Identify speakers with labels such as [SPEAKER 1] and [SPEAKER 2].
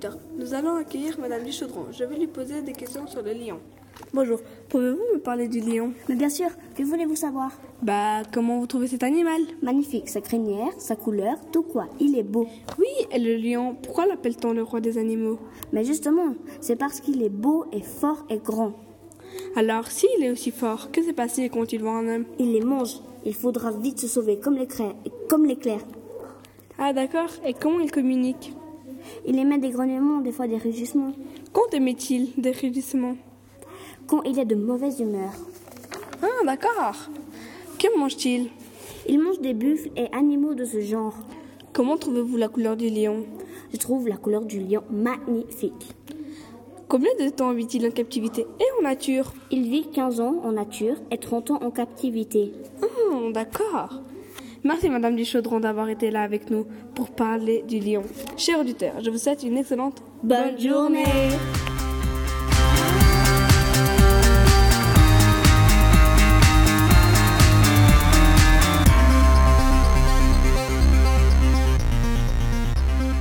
[SPEAKER 1] tard. Nous allons accueillir Madame Duchaudron. Je vais lui poser des questions sur le lion.
[SPEAKER 2] Bonjour, pouvez-vous me parler du lion
[SPEAKER 3] Mais bien sûr, que voulez-vous savoir
[SPEAKER 2] Bah, comment vous trouvez cet animal
[SPEAKER 3] Magnifique, sa crinière, sa couleur, tout quoi, il est beau.
[SPEAKER 2] Oui, et le lion, pourquoi l'appelle-t-on le roi des animaux
[SPEAKER 3] Mais justement, c'est parce qu'il est beau et fort et grand.
[SPEAKER 2] Alors, s'il est aussi fort, que s'est passé quand il voit un homme
[SPEAKER 3] Il les mange, il faudra vite se sauver comme l'éclair. Comme l'éclair.
[SPEAKER 2] Ah d'accord, et comment il communique
[SPEAKER 3] Il émet des grognements, des fois des rugissements,
[SPEAKER 2] Quand émet-il des rugissements
[SPEAKER 3] quand il est de mauvaise humeur.
[SPEAKER 2] Ah d'accord Que mange-t-il
[SPEAKER 3] Il mange des buffles et animaux de ce genre.
[SPEAKER 2] Comment trouvez-vous la couleur du lion
[SPEAKER 3] Je trouve la couleur du lion magnifique.
[SPEAKER 2] Combien de temps vit-il en captivité et en nature
[SPEAKER 3] Il vit 15 ans en nature et 30 ans en captivité.
[SPEAKER 2] Ah d'accord Merci Madame Duchaudron d'avoir été là avec nous pour parler du lion. Chers auditeurs, je vous souhaite une excellente
[SPEAKER 3] Bonne journée